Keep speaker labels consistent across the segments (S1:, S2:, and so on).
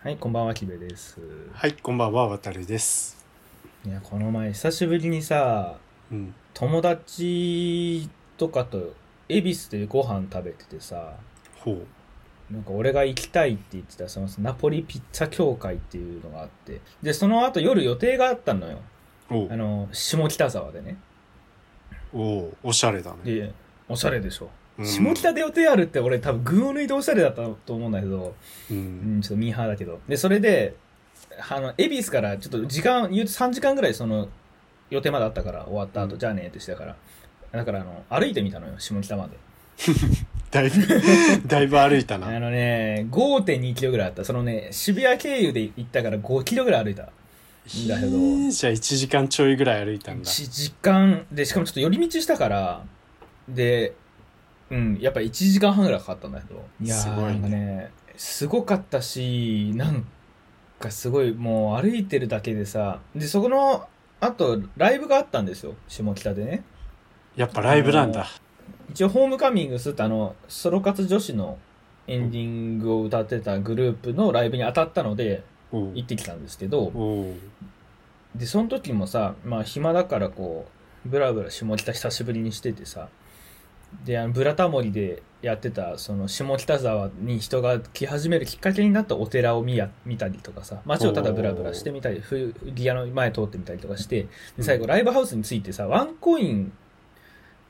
S1: はい、こんばんは、きべです。
S2: はい、こんばんは、渡るです。
S1: いや、この前、久しぶりにさ、
S2: うん。
S1: 友達とかと、恵比寿でご飯食べててさ、
S2: ほう。
S1: なんか俺が行きたいって言ってた、そのナポリピッツァ協会っていうのがあって、で、その後夜予定があったのよ。
S2: お
S1: あ
S2: う。
S1: の、下北沢でね。
S2: おう。おしゃれだね。
S1: で、おしゃれでしょ。
S2: うん
S1: 下北で予定あるって俺多分群を抜いておしゃれだったと思うんだけど、
S2: う。
S1: うんん、ちょっとミーハーだけど。で、それで、あの、恵比寿から、ちょっと時間、言うと3時間ぐらい、その、予定まであったから、終わった後、
S2: うん
S1: じゃあねってしてたから。だから、あの、歩いてみたのよ、下北まで。
S2: だいぶ、 だいぶ歩いた
S1: あ
S2: な。
S1: のね、5.2キロぐらいあった。そのね、渋谷経由で行ったから5キロぐらい歩いた。
S2: ひ
S1: だけど
S2: ーじゃあ1時間ちょいぐらい歩いたんだ。
S1: 1時間、で、しかもちょっと寄り道したから、で、うん、やっぱ1時間半ぐらいかかったんだけど。いやー
S2: すごいね
S1: なんかね、すごかったし、なんかすごい、もう歩いてるだけでさ、で、そこの、あと、ライブがあったんですよ、下北でね。
S2: やっぱライブなんだ。
S1: 一応、ホームカミングスってあの、ソロ活女子のエンディングを歌ってたグループのライブに当たったので、
S2: おう
S1: 行。ってきたんですけど、
S2: おう。
S1: でその時もさまあ暇だからこうブラブラ下北久しぶりにしててさであの「ブラタモリ」でやってたその下北沢に人が来始めるきっかけになったお寺を見や見たりとかさ街をただブラブラしてみたり古着屋の前通ってみたりとかしてで最後ライブハウスについてさワンコイン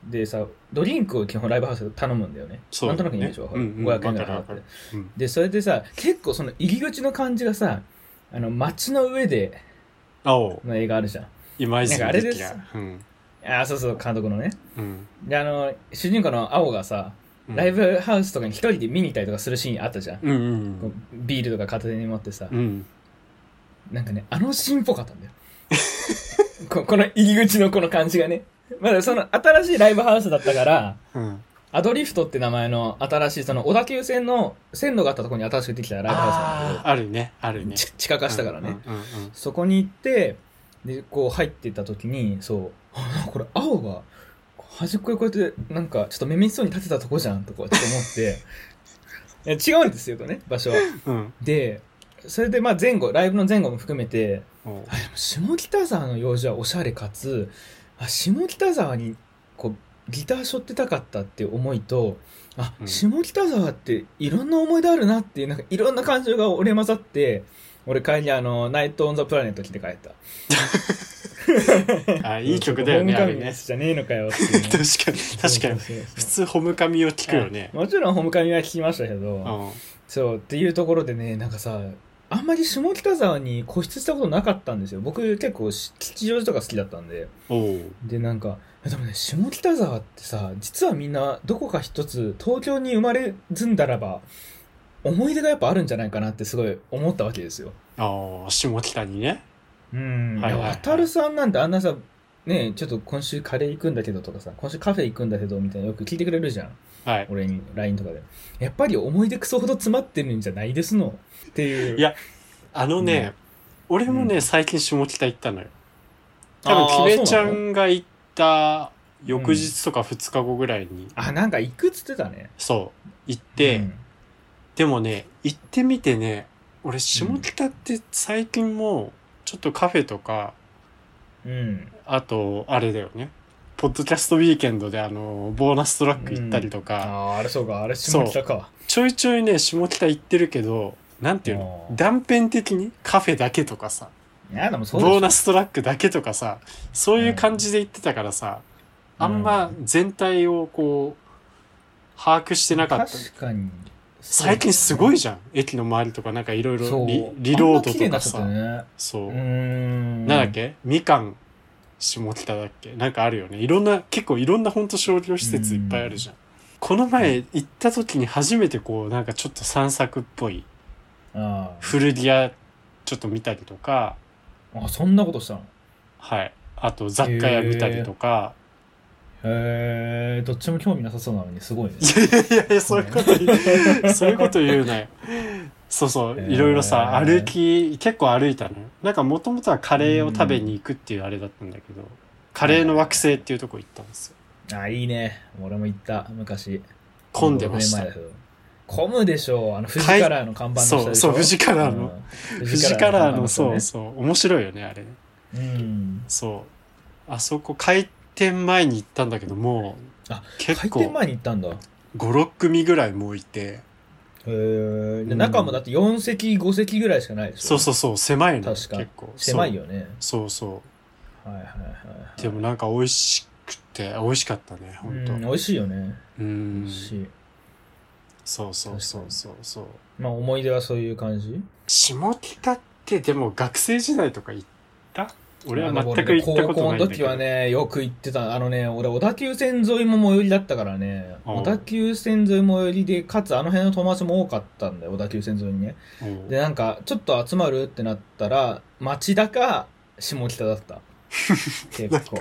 S1: でさドリンクを基本ライブハウスで頼むんだよね
S2: そう
S1: なん
S2: だね
S1: となくいいでしょ、ほら
S2: うんうん
S1: 500円ぐらい払って
S2: わかるわかるうん
S1: でそれでさ結構その入り口の感じがさあの街の上で
S2: あおう。
S1: の映画あるじゃん
S2: 今泉
S1: なんかあれ
S2: 力
S1: です
S2: 也うん。
S1: あーそうそう監督のね
S2: うん。
S1: であの主人公の青がさ
S2: うん
S1: ライブハウスとかに一人で見に行ったりとかするシーンあったじゃん、
S2: うんう
S1: こうんビールとか片手に持ってさ、
S2: うん。うん。
S1: なんかねあのシーンっぽかったんだよ ここの入り口のこの感じがねまだその新しいライブハウスだったから
S2: うん。
S1: アドリフトって名前の新しいその小田急線の線路があったところに新しくできたライブハウスなんだ
S2: あーあるね。ある
S1: けど
S2: ね。
S1: ち地下化したからね、
S2: うん。うんうん
S1: そこに行って、で、こう入ってった時に、そう、あ、なんかこれ青が、端っこにこうやって、なんか、ちょっとめめしそうに立てたとこじゃん、とか、ちょっと思って、 いや違うんですよ、とね、場所は。
S2: うん。うん
S1: で、それで、まあ前後、ライブの前後も含めて、
S2: お う
S1: あでも下北沢の用事はおしゃれかつ、あ、下北沢に、こう、ギター背負ってたかったっていう思いと、あ、
S2: うん
S1: 下北沢っていろんな思い出あるなっていう、なんかいろんな感情が折れ混ざって、俺帰りあの、ナイト・オン・ザ・プラネット着て帰った。
S2: あ、いい曲だよね、
S1: ホームカ
S2: あれ
S1: ミング
S2: ね。
S1: スじゃねえのかよっていうね、
S2: 確かに、確かに。
S1: そうそうそう
S2: 普通、ホムカミを聞くよね
S1: あ。もちろんホームカミングは聞きましたけど、
S2: うん。
S1: そう、っていうところでね、なんかさ、あんまり下北沢に固執したことなかったんですよ。僕結構し吉祥寺とか好きだったんで。
S2: おう。
S1: で、なんか、いやでもね、下北沢ってさ、実はみんなどこか一つ東京に生まれずんだらば、思い出がやっぱあるんじゃないかなってすごい思ったわけですよ。
S2: ああ、下北にね。
S1: うん。
S2: はいはいはい
S1: 渡るさんなんてあんなさ、ねえちょっと今週カレー行くんだけどとかさ、今週カフェ行くんだけどみたいなよく聞いてくれるじゃん。
S2: はい。
S1: 俺に LINE とかで。やっぱり思い出クソほど詰まってるんじゃないですのっていう。
S2: いやあのね、俺も
S1: う
S2: ね、最近下北行ったのよ。
S1: あー、
S2: 多分、キベち
S1: そ
S2: ゃ
S1: うなの。
S2: んが行った翌日とか2日後ぐらいに、
S1: あ、なんか行くっつってたね。
S2: そう、行って、
S1: うん
S2: でもね、行ってみてね、俺、下北って最近もう、ちょっとカフェとか、
S1: うん。
S2: あと、あれだよね。ポッドキャストウィーケンドであの、ボーナストラック行ったりと
S1: あ
S2: か、
S1: あ、あれそうか、あれ下北か。
S2: ちょいちょいね、下北行ってるけど、なんていうの
S1: あー
S2: 断片的にカフェだけとかさ、
S1: いや、でもそうでしょ
S2: ボーナストラックだけとかさそういう感じで言ってたからさ、
S1: うん
S2: あんま全体をこう把握してなかった
S1: 確かに。
S2: 最近すごい
S1: じ
S2: じゃん駅の周りとかなんかいろい
S1: そ
S2: ろ
S1: う
S2: リリロードとか
S1: あん
S2: さ、
S1: な
S2: そう、
S1: 綺麗になっちゃったよね。うーん。
S2: なんだっけみかん下北だっけなんかあるよねいろんな結構いろんなほんと商業施設いっぱいあるじゃん、この前行った時に初めてこうなんかちょっと散策っぽい
S1: あ
S2: 古着屋ちょっと見たりとか
S1: あ。あ、そんなことしたの
S2: はいあと雑貨屋見たりとか、
S1: へえ、どっちも興味なさそうなのにすごいね。
S2: いやいや、そういうこと言 う、そういうこと言うなよ。そうそう、
S1: えー
S2: いろいろさ、歩き、結構歩いたのよ。なんかもともとはカレーを食べに行くっていうあれだったんだけど、カレーの惑星っていうとこ行ったんですよ。
S1: あ、いいね。俺も行った、昔。
S2: 混んでました
S1: 五六年前だけど混むでしょう。あの、富士カラーの看板の下でしょ。
S2: そうそう富士カラーの
S1: うん。
S2: 富士カラーの、
S1: 下
S2: そ
S1: ね
S2: うそう、面白いよね、あれ。
S1: うん。
S2: そう。あそこ開店前に行ったんだけど、もう
S1: あ、
S2: 結
S1: 開
S2: 構
S1: 店
S2: 5、
S1: 前に行ったんだ。へ
S2: 6組ぐらいもういて、
S1: え。
S2: う
S1: で
S2: ん
S1: 中もだって4席、5席ぐらいしかないでし
S2: そ
S1: ょ。
S2: うそうそう、狭い
S1: 確
S2: の、結
S1: か
S2: 構。
S1: 狭いよね。
S2: そう。そうそ
S1: はいはいは
S2: う。
S1: い。
S2: でも、なんか美味しくて、美味しかったね、
S1: う
S2: ほんと。
S1: ん、美味しいよね。
S2: う
S1: 美
S2: ん
S1: 味。しい。
S2: そうそうそうそうそう。
S1: まあ、思い出はそういう感じ
S2: 下北って、でも学生時代とか行った俺は
S1: あの
S2: 全く行ったことないん
S1: 高
S2: だ
S1: 校の
S2: け
S1: 時
S2: ど。
S1: はね、よく行ってた。あのね、俺、小田急線沿いも最寄りだったからね。
S2: うん
S1: 小田急線沿い最寄りで、かつあの辺の友達も多かったんだよ、小田急線沿いにね。
S2: うん
S1: で、なんか、ちょっと集まるってなったら、町田か、下北だ った。結構。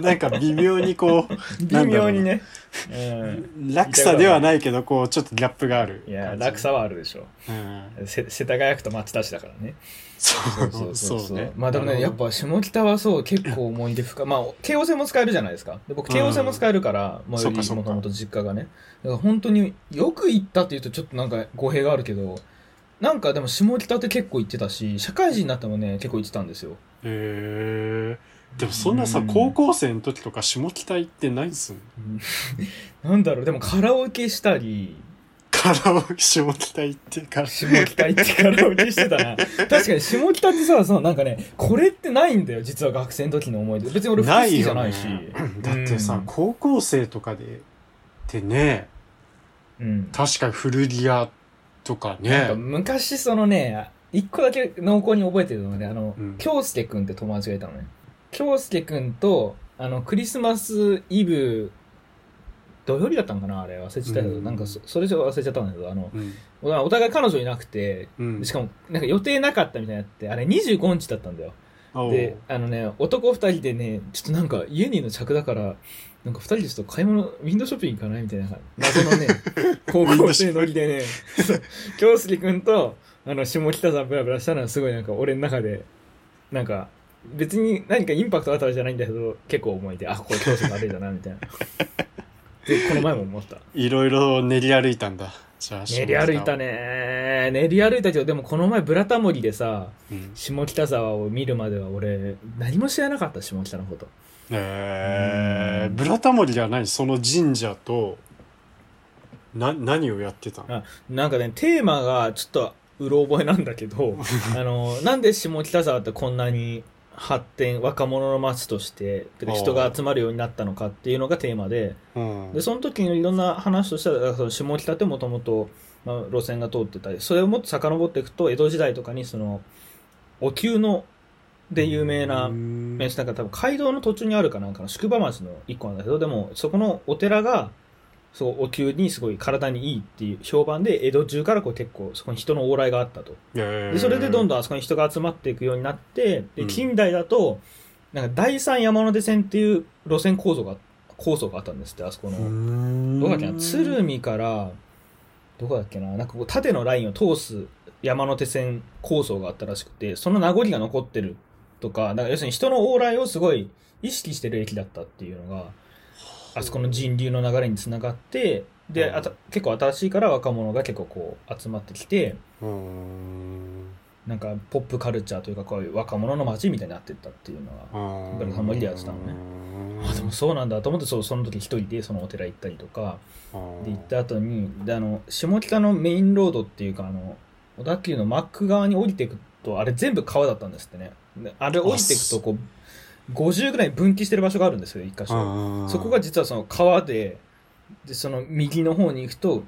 S2: なんか微妙にこう、
S1: 微妙にね。 うん。
S2: 落差ではないけど、こう、ちょっとギャップがある。
S1: いや、落。差はあるでしょ。
S2: うん。
S1: せ世田谷区と町田市だからね。
S2: そうそうそうね。
S1: まあでもね、やっぱ下北はそう、結構思い出深い。まあ、京王線も使えるじゃないですか。で僕、
S2: うん
S1: 京王線も使えるから、まあ、
S2: そっ
S1: も
S2: かそっか
S1: ともと実家がね。だから本当によく行ったっていうとちょっとなんか語弊があるけど、なんかでも下北って結構行ってたし、社会人になってもね、結構行ってたんですよ。
S2: へえ。でもそんなさ、
S1: うん
S2: 高校生の時とか下北行ってないんすんの
S1: なんだろう、でもカラオケしたり、
S2: カラオケ下北行ってから。
S1: 下北行ってカラオケしてた な。確かに下北ってさ、そのなんかね、これってないんだよ、実は学生の時の思い出。別に俺服好きじゃないし。
S2: ねだってさ、
S1: うん
S2: 高校生とかで、ってね、
S1: うん。
S2: 確か古着屋とか
S1: なんか
S2: ね。
S1: 昔そのね、一個だけ濃厚に覚えてるのがね、あの
S2: うん、
S1: 京介くんって友達がいたのね。京介くんと、あの、クリスマスイブ、土曜日だったんかなあれ忘れちゃったけど、
S2: うん
S1: なんかそ、それじゃ忘れちゃったんだけど、あの、
S2: うん。
S1: おお互い彼女いなくて、
S2: うん。
S1: しかも、なんか予定なかったみたいになって、あれ25日だったんだよ。
S2: おう
S1: で、あのね、男二人でね、ちょっとなんか家にいるの着だから、なんか二人でちょっと買い物、ウィンドウショッピング行かないみたいな、謎 のね、高校生乗りでね、そう 京介くんと、あの、下北沢ブラブラしたのはすごいなんか俺の中で、なんか、別に何かインパクトあったわけじゃないんだけど、結構思い出、あ、これ京介のあれだな、みた いな。で、この前も思った。
S2: いろいろ練り歩いたんだ。じゃあ、
S1: 練り歩いたね
S2: ね。
S1: 練り歩いたけど、でもこの前ブラタモリでさ、
S2: うん
S1: 下北沢を見るまでは俺、何も知らなかった、下北のこと。
S2: え
S1: う
S2: ー、
S1: ん
S2: ブラタモリでは何その神社と、な、何をやってたの
S1: なんかね、テーマがちょっとうろ覚えなんだけ ど、あの、なんで下北沢ってこんなに発展、若者の街として、てか
S2: あー
S1: 人が集まるようになったのかっていうのがテーマで、
S2: うん
S1: で、その時のいろんな話としては、だからその下北ってもともと、まあ、路線が通ってたり、それをもっと遡っていくと、江戸時代とかにその、お灸の、で有名な
S2: うん
S1: 名所なんか多分街道の途中にあるかなんかの宿場町の一個なんだけど、でもそこのお寺が、そう、お灸にすごい体にいいっていう評判で、江戸中からこう結構そこに人の往来があったと。で、それでどん
S2: どん
S1: どんあそこに人が集まっていくようになって、
S2: う
S1: で、
S2: ん
S1: 近代だと、なんか第三山手線っていう路線構造が、構想があったんですって、あそこの。どこだっけな鶴見から、どこだっけななんかこう縦のラインを通す山手線構想があったらしくて、その名残が残ってるとか、だから要するに人の往来をすごい意識してる駅だったっていうのが、あそこの人流の流れにつながって、で、あた結構新しいから若者が結構こう集まってきて、
S2: うん
S1: なんかポップカルチャーというかこういう若者の街みたいになってったっていうのが、
S2: うん
S1: ブラタモリでやってたのねあ、でもそうなんだと思って、そうその時一人でそのお寺行ったりとか、
S2: うん
S1: で行った後にであの下北のメインロードっていうかあの小田急のマック側に降りてくとあれ全部川だったんですってねであれ降りてくとこう50ぐらい分岐してる場所があるんですよ一箇所
S2: うん
S1: そこが実はその川ででその右の方に行くと、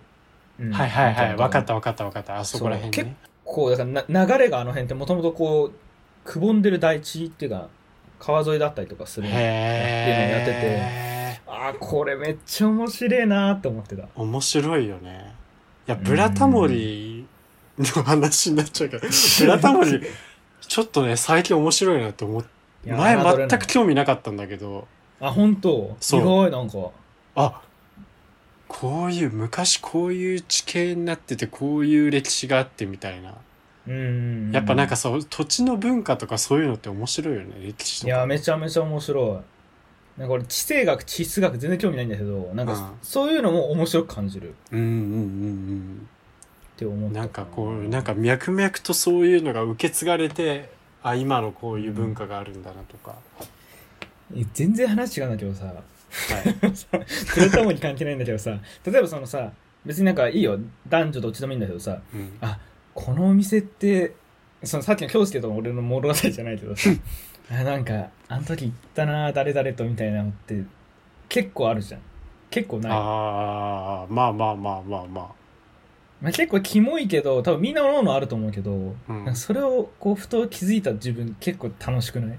S1: うん
S2: はいはいは
S1: ないんか
S2: 分かった分かった分かったあそこら辺ね
S1: こうだからな流れがあの辺ってもともとこうくぼんでる大地っていうか川沿いだったりとかするっていうのを
S2: へえ
S1: あーこれめっちゃ面白いなーって思ってた
S2: 面白いよねいやブラタモリの話になっちゃうけどブラ タモリちょっとね最近面白いなって思って
S1: いや
S2: 前
S1: 侮れな
S2: 全
S1: い
S2: く興味なかったんだけど
S1: あ本当す
S2: そう
S1: ごいなんか
S2: あこういう昔こういう地形になっててこういう歴史があってみたいな
S1: うん
S2: やっぱなんかそう土地の文化とかそういうのって面白いよね歴史
S1: い
S2: とか
S1: やめちゃめちゃ面白なんか俺地政学地質学全然興味ないんだけどなん
S2: う
S1: か
S2: ん
S1: そういうのも面白く感じるっ
S2: うんうんうん
S1: て思
S2: う
S1: っ
S2: ん
S1: た
S2: なんかこうなんか脈々とそういうのが受け継がれてあ今のこういう文化があるんだなとか、
S1: え全然話違うんだけどさ
S2: はい、
S1: それともに関係ないんだけどさ 例えばそのさ別になんかいいよ男女どっちでもいいんだけどさ
S2: うん
S1: あこのお店ってそのさっきの京介との俺の物語じゃないけ どさあなんかあの時行ったな誰々とみたいなのって結構あるじゃん結構ない
S2: あーまあまあまあまあま
S1: まあ、結構キモいけど多分みんなおのおのあると思うけど、なんかそれをこうふと気づいた自分結構楽しくない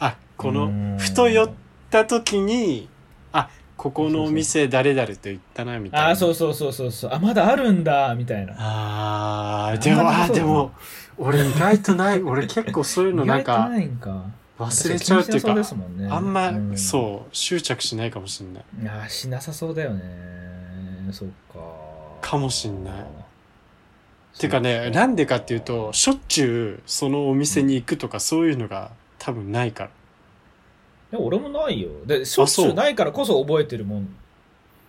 S2: ああこ
S1: うー
S2: の
S1: ん
S2: ふと寄った時にあここのお店誰々と行ったなみたいな
S1: ああそうそうそうそうそうあまだあるんだみたいな
S2: あー
S1: ん
S2: でも
S1: まり
S2: あー
S1: そう
S2: で
S1: だな
S2: も俺意外とない俺結構そういうのなん
S1: 意外と
S2: か
S1: ないんか
S2: 忘れちゃうって
S1: 私は気にし
S2: いう
S1: なそ
S2: か
S1: ですもんね
S2: あん
S1: う
S2: まそう執着しないかもしれない
S1: いやーしなさそうだよねそっか
S2: かもしんない
S1: そ
S2: てかねなんでかっていうとしょっちゅうそのお店に行くとかそういうのが多分ないから
S1: でも俺もないよでしょっちゅうないからこそ覚えてるもん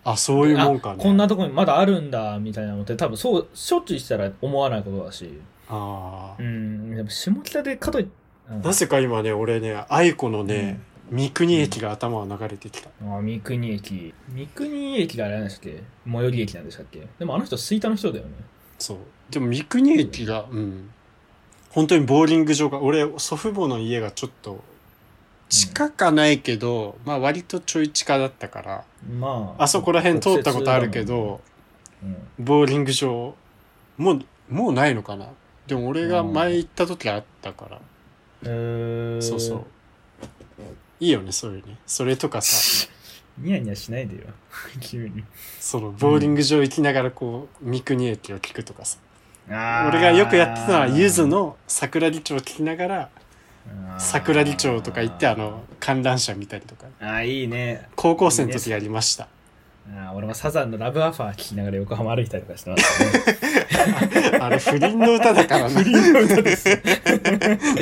S2: あそういうもんか
S1: あ
S2: ね
S1: こんなとこにまだあるんだみたいなのって多分そうしょっちゅうしたら思わないことだし
S2: あ
S1: う
S2: ー
S1: んやっぱ下北でかといって、うん
S2: なぜか今ね俺ね愛子のね、三国駅が頭を流れてきた
S1: あ三国駅三国駅があれなんでしたっけ最寄り駅なんでしたっけでもあの人吹田の人だよね
S2: そうでも三国駅がうん本当にボーリング場が俺祖父母の家がちょっと近かないけど、まあ割とちょい近だったから
S1: まあ
S2: あそこら辺通ったことあるけど、
S1: うん
S2: ボーリング場もうもうないのかなでも俺が前行った時あったから、
S1: えー
S2: そうそういいよねそういうねそれとかさ
S1: ニヤニヤしないでよ 急に
S2: そのボーリング場行きながらこう三国駅を聞くとかさ俺
S1: 俺
S2: がよくやってたのはゆずの桜木町を聞きながら桜木町とか行ってあの観覧車見たりとか
S1: あーいいね
S2: 高校生の時やりました
S1: あー俺もサザンのラブアファー聞きながら横浜歩いたりとかしてましたね
S2: あれ不倫の歌だからな
S1: の歌 ですよ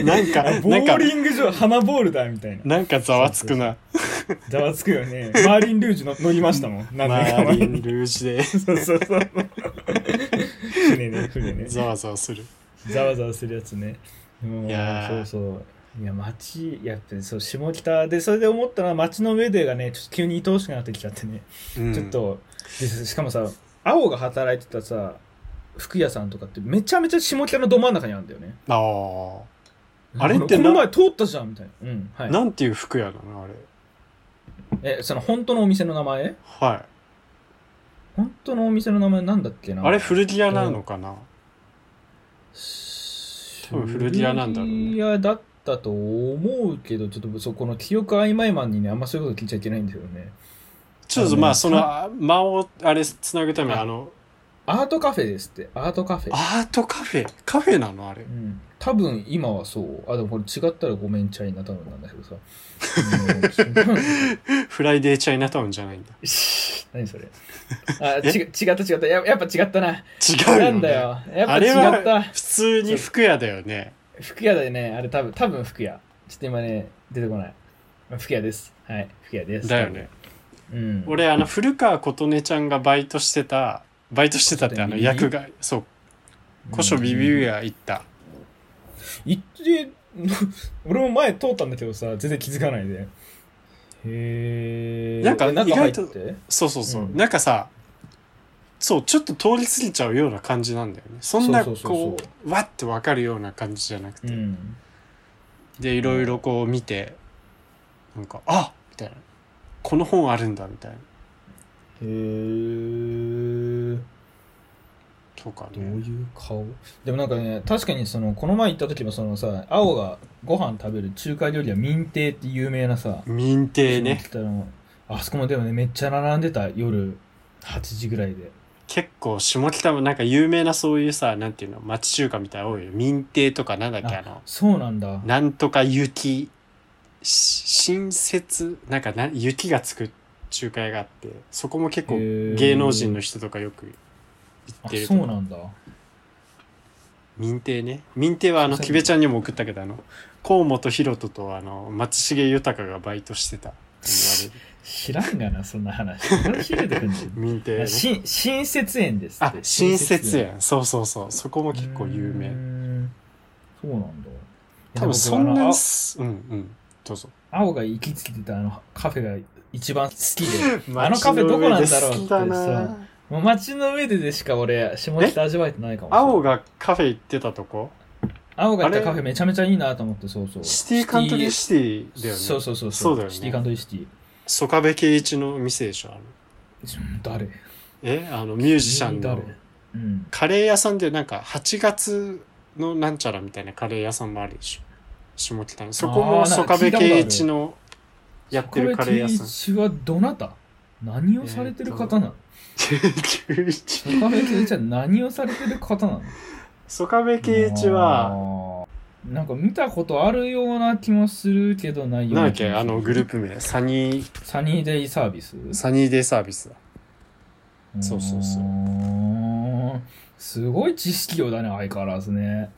S2: なんか
S1: ボ
S2: なんか
S1: ーリング場花ボールだみたいな
S2: なんかざわつくな
S1: ざわつくよねマーリン・ルージュの乗りましたもん何
S2: マ
S1: 年か
S2: ー
S1: 前
S2: リ
S1: に
S2: ン・ルージュ
S1: そうそうそう。船ね、船ね
S2: で。ざわざわする
S1: ざわざわするやつね。うん
S2: いやー
S1: そうそう。いや、街、やっぱりそう、下北で、それで思ったのは街の上でがね、ちょっと急に愛おしくなってきちゃってね。
S2: うん
S1: ちょっと、でしかもさ、青が働いてたさ、服屋さんとかってめちゃめちゃ下北のど真ん中にあるんだよね。
S2: あーあれって
S1: こ
S2: な
S1: の前通ったじゃんみたいな。うん、はい。
S2: なんていう服やなのあれ
S1: え、その本当のお店の名前
S2: はい
S1: 本当のお店の名前なんだっけな
S2: あれ古着屋なのかな
S1: 多
S2: 多分古着屋なんだろうね
S1: 古着屋だったと思うけど、ちょっとそこの記憶曖昧マンにね、あんまそういうこと聞いちゃいけないんだよね。
S2: ちょっと
S1: あの
S2: まあ
S1: ね
S2: その間をあれつなぐために
S1: あ
S2: あの
S1: アートカフェですって、アートカフェ。
S2: アートカフェカフェなのあれ
S1: うん、多分今はそう。あ、でもこれ違ったらごめんちゃいな、多分なんだけどさ。うん
S2: フライデーチャイナタウンじゃないんだ
S1: 何それ。あ、ち違った違った。ややっぱ違ったな。
S2: 違うよ、ね、
S1: なんだよ。やっぱ
S2: あ
S1: 違
S2: れ
S1: っ
S2: は
S1: た。
S2: 普通に服屋だよね。
S1: 服屋だよね。あれ多分、多分服屋。ちょっと今ね、出てこない。服屋です。はい、服屋です。
S2: だよね。
S1: うん。
S2: 俺、あの、古川琴音ちゃんがバイトしてた、バイトしてたって、あの、
S1: 古書ビビ
S2: 役が、そう、古書ビビューア行った。
S1: 行って、 俺も前通ったんだけどさ、全然気づかないで。へー
S2: なんか
S1: え中入っ
S2: 意外
S1: て
S2: そうそうそ
S1: う
S2: う。
S1: ん
S2: なんかさ、そう、ちょっと通り過ぎちゃうような感じなんだよね。そんな、
S1: そうそうそうそう
S2: こう、わってわかるような感じじゃなく
S1: う
S2: て。
S1: ん。
S2: で、いろいろこう見て、なんか、あみたいな。この本あるんだ、みたいな。
S1: へー
S2: とか
S1: どう
S2: ね。
S1: いう顔でもなんかね、確かにその、この前行った時もそのさ、青がご飯食べる中華料理は民亭って有名なさ、
S2: 民邸ね。
S1: その。あそこもでもね、めっちゃ並んでた夜8時ぐらいで。
S2: 結構下北もなんか有名なそういうさなんていうの町中華みたいなの多いよ民邸とかなんだっけあの
S1: そうなんだ。
S2: なんとか雪し新設なんかな雪がつく中華屋があってそこも結構
S1: へー
S2: 芸能人の人とかよく行っ
S1: あ
S2: てる
S1: そ
S2: と
S1: う
S2: か
S1: なんだ。
S2: 民邸ね民邸はあの
S1: そう
S2: キベちゃんにも送ったけどあの河本大翔とあの松重豊がバイトしてたって言われる
S1: 知らんがな、そんな話。何調べて くんの
S2: 民邸ね
S1: あし新設園ですっ
S2: あ
S1: て。
S2: 新設園そうそうそうそこも結構有
S1: うー
S2: 名
S1: んそうなんだ。
S2: 多分そんな
S1: あ
S2: に
S1: の
S2: すうんうんどうぞ
S1: 青が行きつけてたあのカフェが一番好き で、あのカフェどこなんだろうって
S2: 街の上で好きだ
S1: そ
S2: な
S1: もう街の上ででしか俺、下北味わえてないかもしれない。
S2: 青がカフェ行ってたとこ
S1: 青が行っ
S2: あ
S1: た
S2: れ
S1: カフェめちゃめちゃいいなと思って、そうそう。
S2: シティカントリー
S1: シ
S2: シティ
S1: テ
S2: だ
S1: ィ
S2: よね
S1: そうそうそう。
S2: そうだよね
S1: シティカントリーシティ。
S2: 曽我部圭一の店でしょあの
S1: 誰ミュ
S2: えあのミュージシャンの
S1: 誰うん。
S2: カレー屋さんでなんか8月のなんちゃらみたいなカレー屋さんもあるでしょ下北にそこ
S1: あ
S2: も
S1: ーな
S2: 曽
S1: んか
S2: 我
S1: 聞
S2: 部
S1: いたことある
S2: 圭一のやってるカレー屋さ
S1: そこで
S2: ん
S1: 定一はどなた何をされてる方なのそこ で定一は何をされてる方なの
S2: 曽我部圭一は
S1: あーなんか見たことあるような気もするけどないよう
S2: なんだ
S1: な
S2: っ
S1: 気も
S2: け
S1: する
S2: あのグループ名サニー
S1: サニーデイサービス
S2: サニーデイサービ スだそうそうそう
S1: うーんすごい知識量だね相変わらずね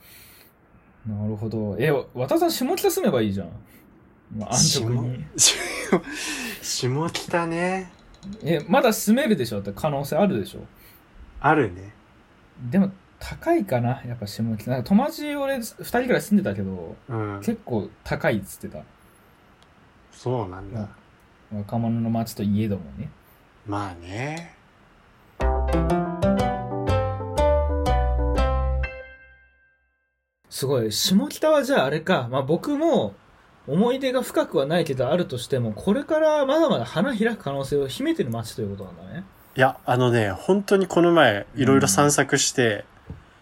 S1: なるほどえ渡田さん下北住めばいいじゃんまあ安直に
S2: 下下北ね
S1: えまだ住めるでしょって可能性あるでしょ
S2: あるね
S1: でも高いかなやっぱ下北なんか友達俺2人ぐらい住んでたけど
S2: うん
S1: 結構高いっつってた
S2: そうなんだ、
S1: うん若者の街といえどもね
S2: まあね
S1: すごい。下北はじゃああれか。まあ僕も思い出が深くはないけどあるとしても、これからまだまだ花開く可能性を秘めてる街ということなんだね。
S2: いやあのね本当にこの前いろいろ散策して、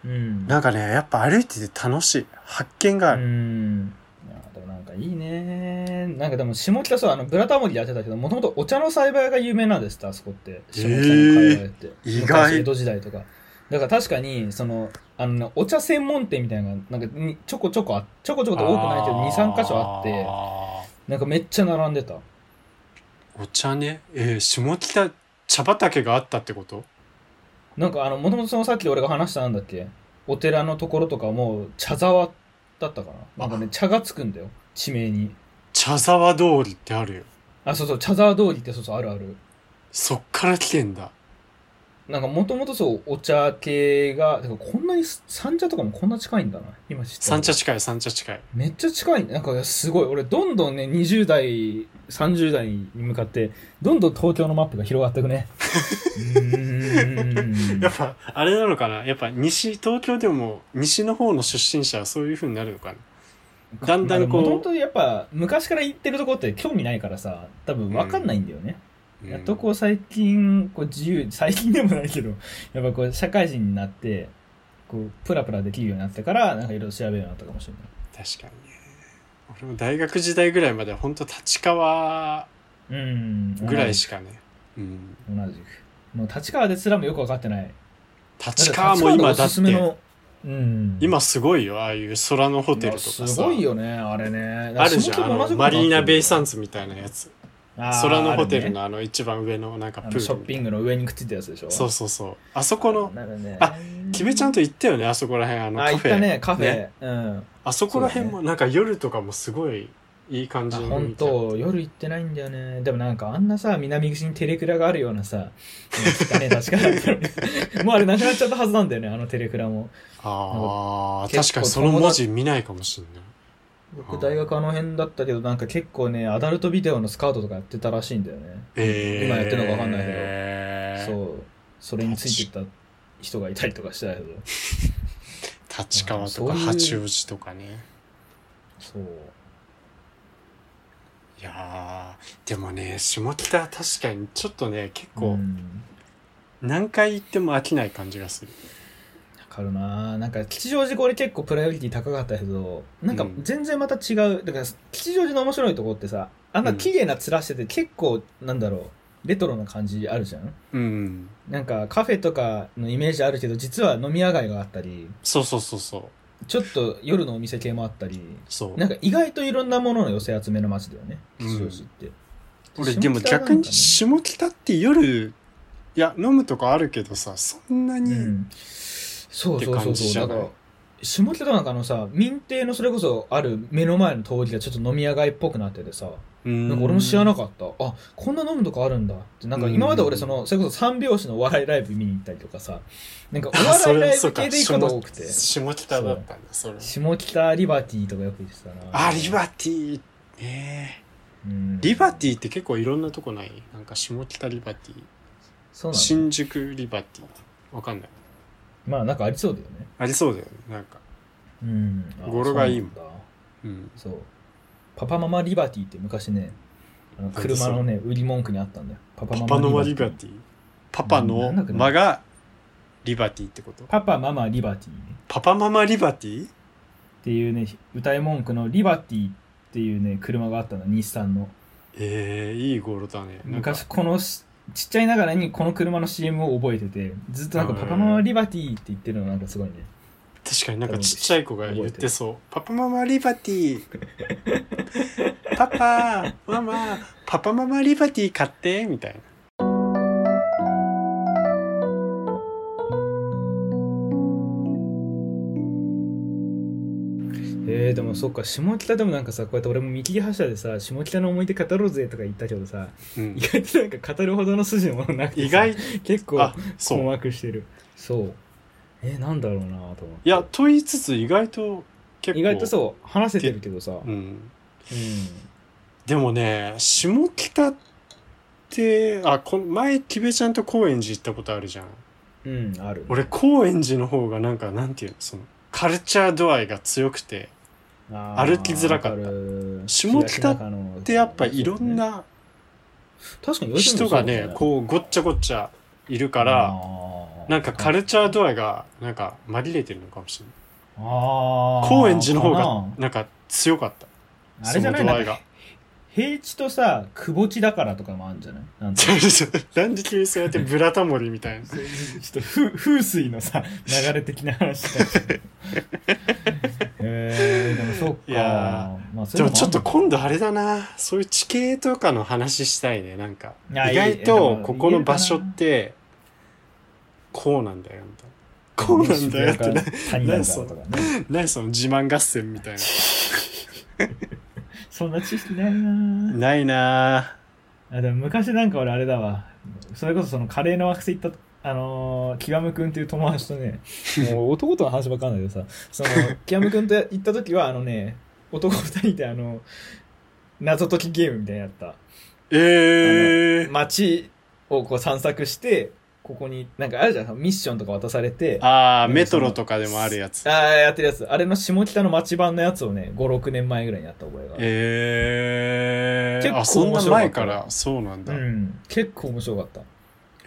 S1: うん。
S2: なんかねやっぱ歩いてて楽しい発見があ
S1: う
S2: る、
S1: ん。いやでもなんかいいね。なんかでも下北そう、あの、ブラタモリでやってたけど、もともとお茶の栽培が有名なんですって、あそこって。下北の界隈って。
S2: 意外
S1: 昔江戸時代とか。だから確かに、その、あのね、お茶専門店みたいなのが、なんかにちょこちょこあ、ちょこちょこと多くないけど、2、3箇所あって、
S2: て
S1: なんかめっちゃ並んでた。
S2: お茶ねえー、下北茶畑があったってこと
S1: なんかあの、もともとそのさっき俺が話したなんだっけお寺のところとかも茶沢だったかななんかね、茶がつくんだよ。地名に。
S2: 茶沢通りってあるよ
S1: あ、そうそう、茶沢通りってそうそう、あるある。
S2: そっから来てんだ
S1: なんかもともとそう、お茶系が、てかこんなに三茶とかもこんな近いんだな。今知った。
S2: 三茶近い三茶近い
S1: めっちゃ近い。なんかすごい。俺、どんどんね、20代、30代に向かって、どんどん東京のマップが広がっていくね。うーん
S2: やっぱあれなのかなやっぱ西東京でも西の方の出身者はそういう風になるのかな だんだんこう
S1: まあでもともとやっぱ昔から行ってるとこって興味ないからさ多分分かんないんだよね、
S2: うん
S1: やっとこう最近こう自由最近でもないけどやっぱこう社会人になってこうプラプラできるようになってからなんかいろいろ調べるようになったかもしれ
S2: 確かにね俺も大学時代ぐらいまでは本当立川
S1: ないうん
S2: ぐらいしかね、うん、
S1: 同じ同じくもう立川ですらもよく分かってない
S2: 立川も今
S1: 立川の
S2: だ
S1: お
S2: っ
S1: すすめ
S2: て
S1: のうん
S2: 今すごいよああいう空のホテルとか
S1: い
S2: さ
S1: やすごいよねあれね
S2: あるじゃんあのマリーナ・ベイ・サン
S1: ズ
S2: ズみたいなやつ
S1: 空
S2: 空のホテルのあの一番上のなんかプールみ
S1: シ
S2: た
S1: ョ
S2: いな
S1: ッピングの上にくっついたやつでしょ
S2: そうそうそうあそこの
S1: なるね
S2: あキベちゃんと行ったよねあそこら辺あの
S1: あ、
S2: カ
S1: 行っ
S2: フ
S1: た
S2: ェ、
S1: ね、カフェ。
S2: ね
S1: うん。
S2: あそこら辺もなんか夜とかもすごいいい感
S1: あ、
S2: じの
S1: 本当夜行ってないんだよね。でもなんかあんなさ、南口にテレクラがあるようなさ、ね、確 かもうあれなくなっちゃったはずなんだよね、あのテレクラも。
S2: あー
S1: 結構
S2: 確かにその文字見ないかもしんない
S1: 僕大学あの辺だったけど、なんか結構ね、アダルトビデオのスカウトとかやってたらしいんだよね。
S2: えー、
S1: 今やってるのかわかんないけど
S2: け
S1: そう。それについてった人がいたりとかしてたけど。
S2: 立川
S1: あ
S2: とか
S1: そういう
S2: 八王子とかね
S1: そう。
S2: いやーでもね下北は確かにちょっとね結
S1: う
S2: 構
S1: ん
S2: 何回行っても飽きない感じがする、
S1: わかるなぁなんか吉祥寺これ結構プライオリティ高かったけどなんか
S2: うん
S1: 全然また違う、だから吉祥寺の面白いところってさあんな綺麗な面してて結構なんだろうレトロな感じあるじゃん
S2: うん
S1: なんかカフェとかのイメージあるけど実は飲み屋街があったり
S2: そうそうそうそう
S1: ちょっと夜のお店系もあったり
S2: そう
S1: なんか意外といろんなものの寄せ集めの街だよね
S2: うん
S1: 吉祥寺って、
S2: 俺でも逆に下北って夜いや飲むとこあるけどさそんな
S1: う
S2: に、
S1: ん、そうそう
S2: って
S1: そ
S2: 感
S1: う
S2: じじ
S1: そ
S2: ゃ
S1: うだ
S2: ない
S1: から下北なんかあのさ、民邸のそれこそある目の前の通りがちょっと飲み屋街っぽくなっててさ、
S2: うん
S1: なんか俺も知らなかった。あ、こんな飲むとこあるんだって。なんか今まで俺その、それこそ三拍子のお笑いライブ見に行ったりとかさ、なんかお
S2: あそ
S1: 笑いラ
S2: れ
S1: イ
S2: そ
S1: ブ
S2: うか
S1: 系で行くことが多くて、
S2: 下下北だったんだそれ
S1: 下北リバティとかよく行ってたな。
S2: あリバティね
S1: うん
S2: えリバティって結構いろんなとこないなんか下北リバティ
S1: そうなんだ。
S2: 新宿リバティわかんない
S1: まあなんかありそうだよね。
S2: ありそうだよねなんか
S1: うん。あ
S2: 語呂がいいもん
S1: そうなんだ
S2: うん
S1: そう。パパママリバティって昔ね、あの車のね、売り文句にあったんだよ。パパ
S2: パ
S1: マ
S2: パの
S1: マ
S2: 間
S1: リ
S2: リ
S1: バ
S2: バ
S1: ティ。
S2: ティパパの間がリバティってこと
S1: パパママリバティね
S2: パパママリバティ
S1: っていうね、歌い文句のリバティっていうね、車があったの、日産の。
S2: ええいい語呂だねなんか
S1: 昔このしちっちゃいながらにこの車の CM を覚えててずっとなんか
S2: うん
S1: パパママリバティって言ってるのなんかすごいね
S2: 確かになんかちっちゃい子が言ってそう「パパママリバティ」「パパママパパママリバティ買って」みたいな
S1: えー、でもそっか下北でもなんかさこうやって俺も見切り発車でさ下北の思い出語ろうぜとか言ったけどさ
S2: うん
S1: 意外となんか語るほどの筋のものなくてさ
S2: 意外
S1: 結構
S2: あそう
S1: 困惑してるそうえー、なんだろうなと思って
S2: いやと言いつつ意外と結構
S1: 意外とそう話せてるけどさ、うん
S2: ん、でもね下北ってあこ前木部ちゃんと高円寺行ったことあるじゃん
S1: うん、ある
S2: 俺高円寺の方がなんかなんていうのそのカルチャー度合いが強くて
S1: あー
S2: 歩きづらかった
S1: わる
S2: 下北っ
S1: っ
S2: でやっぱいろんな
S1: 確かに
S2: 人がねこうごっちゃごっちゃいるからなんかカルチャー度合いがなんか紛れてるのかもしれない
S1: 高
S2: 高円寺の方がなんか強かった
S1: あれじゃない
S2: その
S1: な
S2: 度
S1: ん
S2: 合いが
S1: か平地とさ窪地だからとかもあるんじゃないなん て
S2: なんで急にそうやってブラタモリみ たいな
S1: ちょっと風風水のさ流れ的な話だ けどえー、でもそっか
S2: いや
S1: まあ、それ
S2: でも
S1: ある
S2: ちょっと今度あれだなそういう地形とかの話したいねなんか意
S1: いや
S2: 外
S1: いい
S2: と
S1: ね
S2: ここの場所ってこうなんだよみたいなこうなんだよってな
S1: 谷だからとかね
S2: 何その自慢合戦みたい
S1: そんな知識ない な
S2: なないなあ
S1: あでも昔なんか俺あれだわそれこそそのカレーの惑星行ったあのー、キガム君っていう友達と ねもう男との話ばっかりなんだけどさそのキガム君と行った時はあのね男二人であの謎解きゲームみたいなのやった
S2: ええー、
S1: 街をこう散策してここになんかあるじゃんミッションとか渡されてあ
S2: ああ
S1: なんか
S2: メトロとかでもあるやつ
S1: あーやってるやつあれの下北の街版のやつをね56年前ぐらいにやった覚えがある
S2: え
S1: 結
S2: えー、
S1: 構
S2: あそんな前か
S1: 面白
S2: らそうなんだ、
S1: う
S2: へ
S1: ん結構面白かった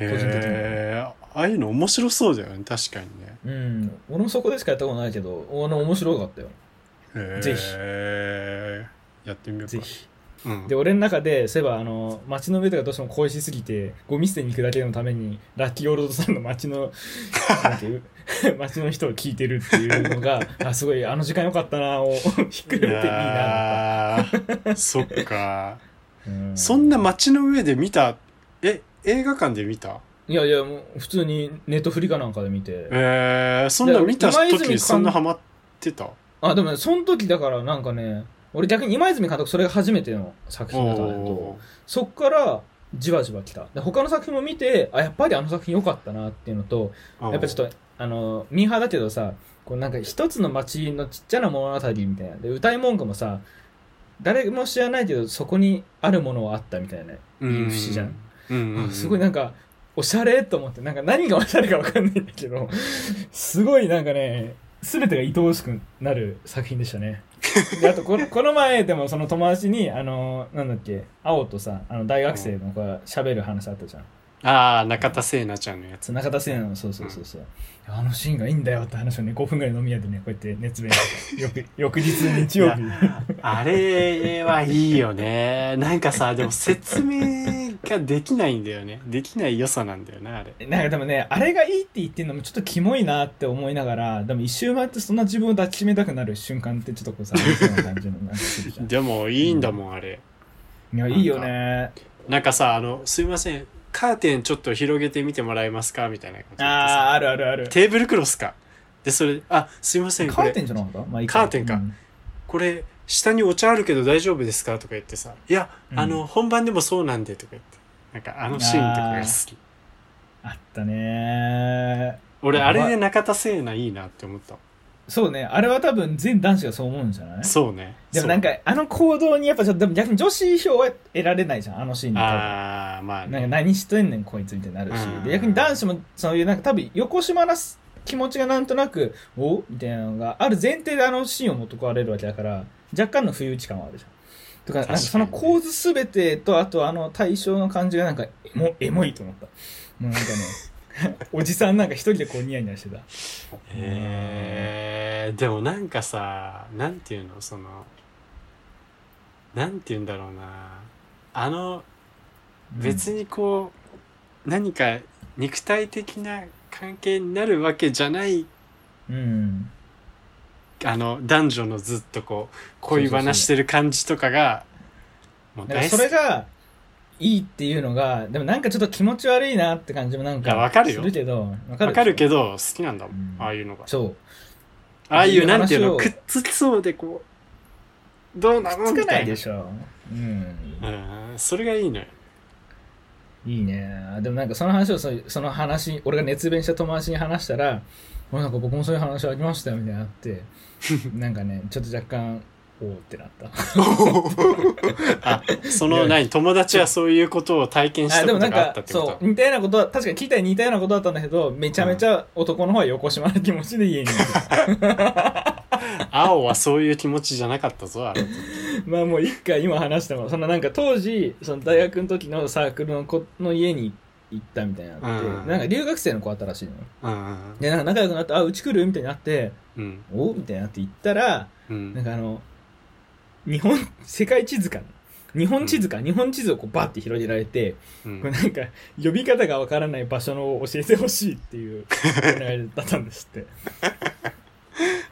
S2: えー、ああいうの面白そうだよね確かにね、
S1: うん俺もそこでしかやったことないけどあの面白かったよ
S2: えー、
S1: ぜ
S2: やってみようか
S1: ぜひ
S2: うん
S1: で、俺の中で、そういえば、あの、街の上とかどうしても恋しすぎて、ゴミ捨てに行くだけのために、ラッキーオールドさんの街の、なんていう、 街の人を聞いてるっていうのが、あ、すごい、あの時間良かったな、をひっくるめていいな。
S2: や ーそっか、
S1: う
S2: そんな街の上で見たえ映画館で見た
S1: いやいや、もう普通にネットフリかなんかで見て。
S2: えー、そんな見た
S1: いや今泉
S2: 時
S1: 監
S2: そんなハマってた
S1: あ、でもね、その時だから、なんかね、俺逆に今泉監督、それが初めての作品だったんだけど
S2: お、
S1: そっから、じわじわ来た。で、他の作品も見て、あ、やっぱりあの作品良かったなっていうのと、
S2: ー
S1: やっぱちょっと、あの、ミーハーだけどさ、こうなんか一つの街のちっちゃな物語みたいな。で、歌い文句もさ、誰も知らないけど、そこにあるものはあったみたいな。
S2: うん
S1: いい節じゃん
S2: うんうん
S1: あすごいなんか、おしゃれと思って、なんか何がおしゃれかわかんないんだけど、すごいなんかね、すべてが愛おしくなる作品でしたね。であとこの、この前でもその友達に、あの、なんだっけ、青とさ、あの大学生の子が喋る話あったじゃん。
S2: ああ中田聖奈ちゃんのやつ
S1: そう中田聖奈のそうそうそうそう、あのシーンがいいんだよって話をね5分ぐらい飲み屋でねこうやって熱弁してた翌翌日日曜日
S2: いあれはいいよね。なんかさ、でも説明ができないんだよね。できない良さなんだよね、あれ。
S1: なんかでもねあれがいいって言ってるのもちょっとキモいなって思いながらでも一周回ってそんな自分を抱きしめたくなる瞬間ってちょっとこう さみたいな感じのなんかするじゃん
S2: でもいいんだもん、あれ。
S1: いやいいよね
S2: なんかさ、あの、すいません、カーテンちょっと広げてみてもらえますかみたいなこと言って
S1: あ
S2: さ
S1: ああるあるある
S2: テーブルクロスか。で、それ、あ、すいません、こ
S1: カーテ
S2: れ、
S1: ンじゃなかった、まあ、いい
S2: カーテンか
S1: うん
S2: これ、下にお茶あるけど大丈夫ですかとか言ってさ、いや、
S1: うん
S2: あの、本番でもそうなんで、とか言って。なんか、あのシーンとかが好き。
S1: あったね
S2: 俺、
S1: や
S2: あ
S1: ばい
S2: れで中田聖奈いいなって思った。
S1: そうねあれは多分全男子がそう思うんじゃない
S2: そうね。
S1: でもなん
S2: そ
S1: かあの行動にやっぱちょっとでも逆に女子票は得られないじゃんあのシーン
S2: う、
S1: で
S2: ああ、まあ
S1: なんか
S2: ね。
S1: 何してんねんこいつみたいになるし、
S2: うん
S1: で逆に男子もそういうなんか多分横島なす気持ちがなんとなくおみたいなのがある前提であのシーンを持ってこられるわけだから若干の不意打ち感はあるじゃん。とかなんかその
S2: 確かにね
S1: 構図すべてとあとあの対象の感じがなんかエモエモいと思った。もうなんか ねおじさんなんか一人でこうニヤニヤしてた。
S2: えー、でもなんかさ、なんていうの、その、なんていうんだろうな。あの、別
S1: に、
S2: にこう、何か肉体的な関係になるわけじゃない
S1: うん、
S2: あの男女のずっとこう恋話してる感じとかがもう
S1: だから
S2: 大
S1: そ
S2: 好き
S1: れがいいっていうのがでもなんかちょっと気持ち悪いなって感じもなん
S2: い
S1: か
S2: やわかるよ
S1: するけどわかる
S2: わかるけ
S1: ど
S2: ど好きなんだもん、
S1: うん
S2: ああいうのが
S1: そう
S2: ああいうなんていう
S1: 話
S2: の
S1: を
S2: くっつきそうでこうどうなの
S1: つ
S2: み
S1: か
S2: た
S1: ないい
S2: な
S1: でしょうん
S2: うんそれがいいのよ
S1: いいねでもなんかその話をそうその話俺が熱弁した友達に話したら「もうなんか僕もそういう話ありましたよ」みたいになってなんか ねちょっと若干おおってなった
S2: あそ
S1: い
S2: の
S1: や
S2: 何友達はそういうことを体験し
S1: あ
S2: た
S1: でもな
S2: こと
S1: ん
S2: があった
S1: か
S2: ってこ
S1: そ
S2: と
S1: う似たようなことは確かに聞いたら似たようなことだったんだけどめちゃめちゃ男の方は横島な気持ちで家にい てた
S2: 青はそういう気持ちじゃなかったぞあれ
S1: まあもう一回今話してもそのなんか当時その大学の時のサークルの子の家に行ったみたいなのがあって、
S2: うん
S1: なんか留学生の子あったらしいのよ
S2: うん
S1: でなんか仲良くなって「あうち来る?」みたいになって
S2: うん
S1: 「おみたいになって行ったら
S2: う
S1: なん
S2: ん
S1: かあの、日本、世界地図かな。日本地図か、日本地図をこうバーって広げられて、
S2: う
S1: これ
S2: ん
S1: なんか、呼び方がわからない場所のを教えてほしいって いうお願いだったんですって。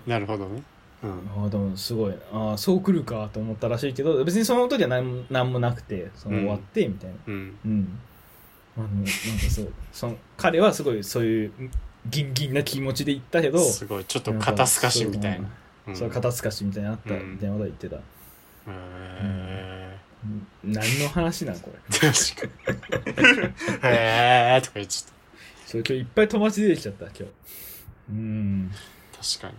S2: なるほどねうん
S1: ああ、でもすごい、ああ、そう来るかと思ったらしいけど、別にその時は何も何もなくて、その
S2: うん
S1: 終わって、みたいな。
S2: うん
S1: うん。あの、なんかそう、その、彼はすごいそういう、ギンギンな気持ちで行ったけど、
S2: すごいちょっと肩透かしみたいなうん
S1: そう、肩透かしみたいになった、
S2: うん
S1: みたいなこと言ってた。
S2: へー
S1: うん何の話なんこれ。
S2: 確かに。へえーとか言っちゃっ
S1: そう今日いっぱい友達出てきちゃった今日うん
S2: た。確かに。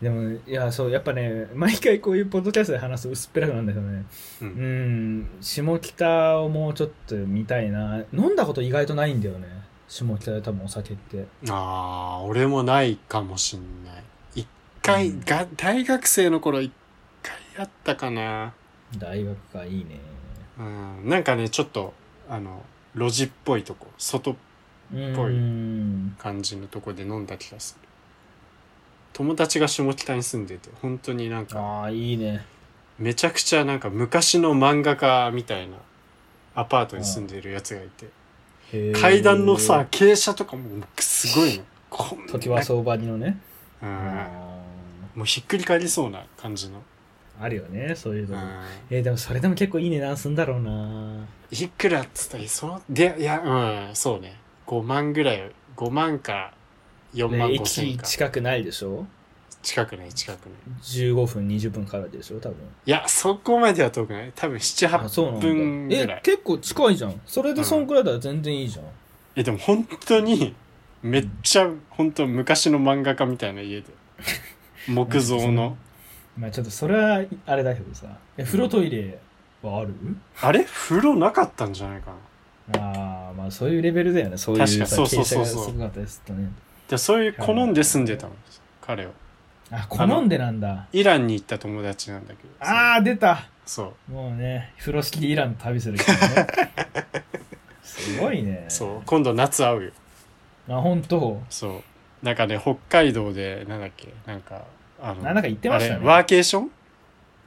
S1: でもいやそうやっぱね毎回こういうポッドキャストで話すと薄っぺらくなるんだけどね
S2: う。
S1: うんん下北をもうちょっと見たいな飲んだこと意外とないんだよね下北で多分お酒って
S2: ああ、俺もないかもしんない。一回、
S1: うん
S2: が、大学生の頃一回やったかな。
S1: 大学がいいね
S2: うん。なんかね、ちょっと、あの、路地っぽいとこ、外ぽい
S1: うん
S2: 感じのとこで飲んだ気がする。友達が下北に住んでて、本当になんか、
S1: ああいいね
S2: めちゃくちゃなんか昔の漫画家みたいなアパートに住んでるやつがいて、
S1: へー
S2: 階段のさ傾斜とかもすごいのこんな
S1: 時は相場にのね
S2: うん
S1: あ
S2: もうひっくり返りそうな感じの、
S1: ーあるよねそういう
S2: う
S1: の
S2: ん、
S1: えーでもそれでも結構いい値段すんだろうない
S2: くらっつったらそのでいやうんそうね5万ぐらい5万か4万
S1: で
S2: 5千
S1: 駅
S2: か
S1: 近くないでしょ
S2: 近くない近くない
S1: 15分20分からでしょ多分
S2: いやそこまでは遠くない多分
S1: あそうな
S2: 78
S1: ん
S2: 分
S1: だ
S2: ぐら
S1: え
S2: いえ
S1: 結構近いじゃんそれでそんくらいだったら全然いいじゃん、
S2: でも本当にめっちゃ本当昔の漫画家みたい な家で木造の
S1: まあちょっとそれはあれだけどさえ風呂トイレはある、
S2: あれ風呂なかったんじゃないかな
S1: ああまあそういうレベルだよねそういうさ
S2: 確かにそうそうそう
S1: 傾
S2: そ
S1: 斜が
S2: う
S1: すごかったですとね
S2: でそういう好んで住んでたの彼を
S1: あ好んでなんだ
S2: イランに行った友達なんだけど
S1: ああー出た
S2: そう
S1: もうね風呂敷でイラン旅する人ねすごいね
S2: そう今度夏会うよ
S1: まあ本当
S2: そうなんかね北海道でなんだっけなんかあの
S1: なんだか言ってました
S2: あれワ
S1: ね
S2: ーケーション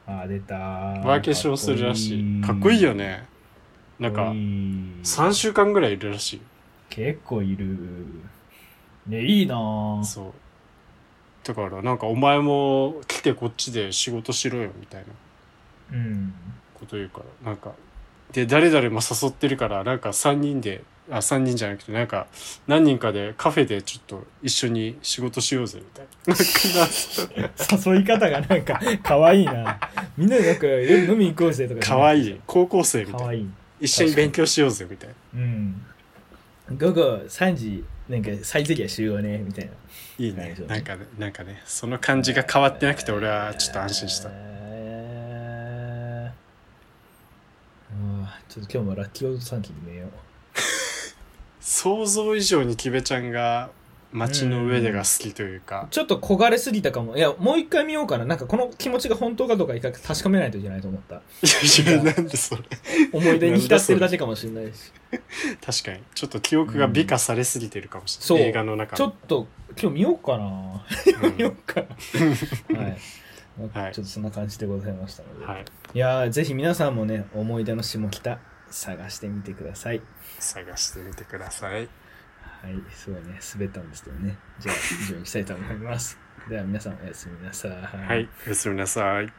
S1: あー出た
S2: ワーケーションするらしいかっこいいよねなん
S1: かっ
S2: か
S1: こいい
S2: 3週間ぐらいいるらしい
S1: 結構いるねいいなぁ
S2: そうだからなんかお前も来てこっちで仕事しろよみたいな
S1: うん
S2: こと言うからなんかで誰々も誘ってるからなんか3人であ3人じゃなくてなんか何人かでカフェでちょっと一緒に仕事しようぜみたいな。 なんか
S1: 誘い方がなんか可愛いなみんなでなんか夜飲み行こうぜとか
S2: 可愛
S1: い
S2: い高校生み
S1: か
S2: たいな
S1: わいい
S2: 一緒に勉強しようぜみたいな
S1: うん午後3時なんか最適は集合ねみたいない
S2: いねなんかねなんかねその感じが変わってなくて俺はちょっと安心した
S1: えーうわちょっと今日もラッキーオートサンキーで寝よう
S2: 想像以上にキベちゃんが街の上でが好きというか
S1: ちょっと焦がれすぎたかもいやもう一回見ようかななんかこの気持ちが本当かどうかいか確かめないといけないと思った
S2: い やいやなんでそれ
S1: 思い出に浸ってるだけかもしれないし
S2: 確かにちょっと記憶が美化されすぎてるかもし
S1: そ
S2: れ
S1: う
S2: ない、映画の中
S1: ちょっと今日見ようかな
S2: うん
S1: 見ようか なはい、
S2: はい
S1: ちょっとそんな感じでございましたので、
S2: はい
S1: いやーぜひ皆さんもね思い出の下北探してみてください
S2: 探してみてください
S1: はいすごいね滑ったんですけどねじゃあ以上にしたいと思いますでは皆さんおやすみなさい
S2: はいおやすみなさい